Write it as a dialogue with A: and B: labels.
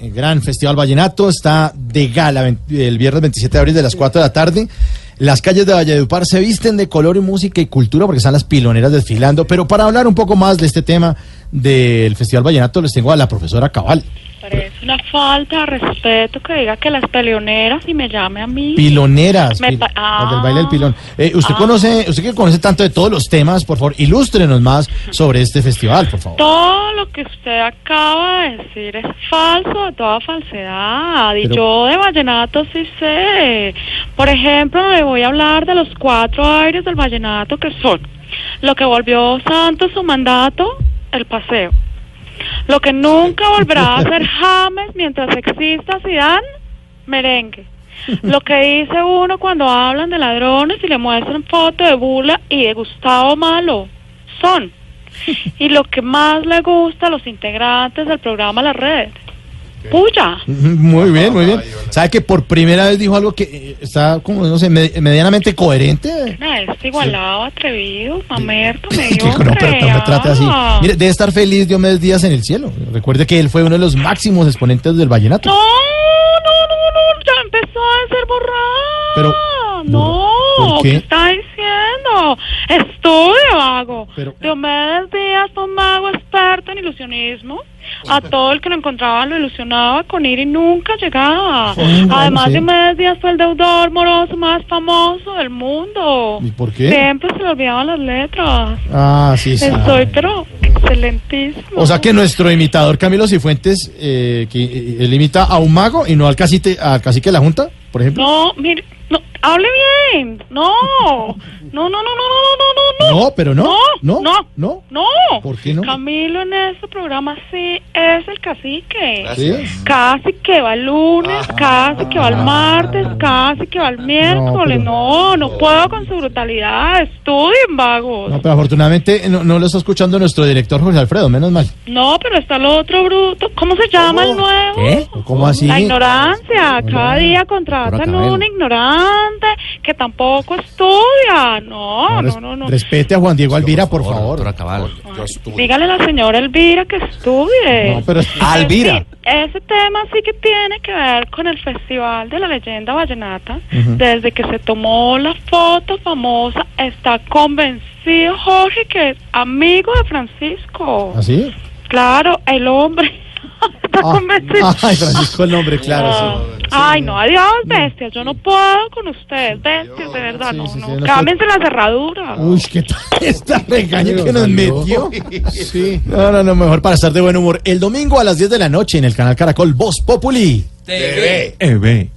A: el gran Festival Vallenato está de gala el viernes 27 de abril de las 4 de la tarde. Las calles de Valledupar se visten de color y música y cultura porque están las piloneras desfilando. Pero para hablar un poco más de este tema del Festival Vallenato, les tengo a la profesora Cabal.
B: Parece una falta de respeto que diga que las peleoneras y me llame a mí.
A: Piloneras,
B: Me
A: pil-
B: pa- ah.
A: las del baile del pilón. Eh, usted
B: Ah.
A: conoce, usted que conoce tanto de todos los temas, por favor, ilústrenos más sobre este festival, por favor.
B: Todo lo que usted acaba de decir es falso, de toda falsedad. Y
A: Pero-
B: yo de vallenato sí sé. Por ejemplo, le voy a hablar de los cuatro aires del vallenato que son lo que volvió santo su mandato, el paseo. Lo que nunca volverá a ser James mientras exista Zidane, merengue. Lo que dice uno cuando hablan de ladrones y le muestran foto de Bula y de Gustavo Malo, son. Y lo que más le gusta a los integrantes del programa La Red, puya.
A: Muy bien, muy bien. ¿Sabe que por primera vez dijo algo que eh, está como, no sé, med- medianamente coherente?
B: Nada, este igualado, atrevido, mamerto,
A: Que
B: medio.
A: dijo, no, pero no me trate así. Mire, debe estar feliz Diomedes Díaz en el cielo. Recuerde que él fue uno de los máximos exponentes del vallenato.
B: No, no, no, no, ya empezó a ser borrada.
A: Pero-
B: no,
A: ¿Por
B: qué?
A: qué?
B: está diciendo? Estudio, vago.
A: Pero-
B: Diomedes Díaz fue un mago experto en ilusionismo. A todo el que lo encontraba lo ilusionaba con ir y nunca llegaba.
A: Sí, bueno,
B: Además,
A: sí.
B: Diomedes Díaz fue el deudor moroso más famoso del mundo.
A: ¿Y por qué?
B: Siempre se le olvidaban las letras.
A: Ah, sí, sí.
B: Estoy, pero excelentísimo.
A: O sea que nuestro imitador Camilo Cifuentes, eh, que eh, él imita a un mago y no al cacique, al cacique de la Junta, por ejemplo.
B: No, mire, no, hable bien. No, no, no, no, no, no, no, no, no.
A: No, pero no,
B: No,
A: no,
B: no,
A: no.
B: no.
A: ¿Por qué no?
B: Camilo en este programa sí es el cacique.
A: ¿Sí?
B: Casi que va el lunes, casi que va el martes, casi que va el miércoles.
A: pero-
B: No, Ah. no puedo con su brutalidad. Estudien, vagos.
A: No, pero afortunadamente no, no lo está escuchando nuestro director Jorge Alfredo, menos mal.
B: No, pero está el otro bruto. ¿Cómo se llama el nuevo?
A: ¿Cómo así?
B: La ignorancia, cada día contratan
C: Acabel.
B: un ignorante que tampoco estudia. No,
A: res-
B: no, no, no.
A: Respete a Juan Diego Alvira, por
C: doctora
A: favor.
C: Cabal.
B: Dígale a la señora Elvira que estudie.
A: No, pero
C: Alvira.
B: Sí, ese tema sí que tiene que ver con el Festival de la Leyenda Vallenata. Desde que se tomó la foto famosa, está convencido Jorge que es amigo de Francisco.
A: ¿Así?
B: Claro, el hombre. está
A: Ah,
B: convencido.
A: Ay, Francisco el nombre, claro, sí.
B: Ay, no, adiós, bestias. Yo no puedo con ustedes, bestias, de verdad.
A: Sí,
B: no,
A: sí, sí,
B: no.
A: no
B: Cámbense la cerradura.
A: Uy, qué tal esta regaña que nos metió. Sí. No, no, no, mejor para estar de buen humor. El domingo a las 10 de la noche en el canal Caracol Voz Populi.
D: TV.
A: Eh, ve.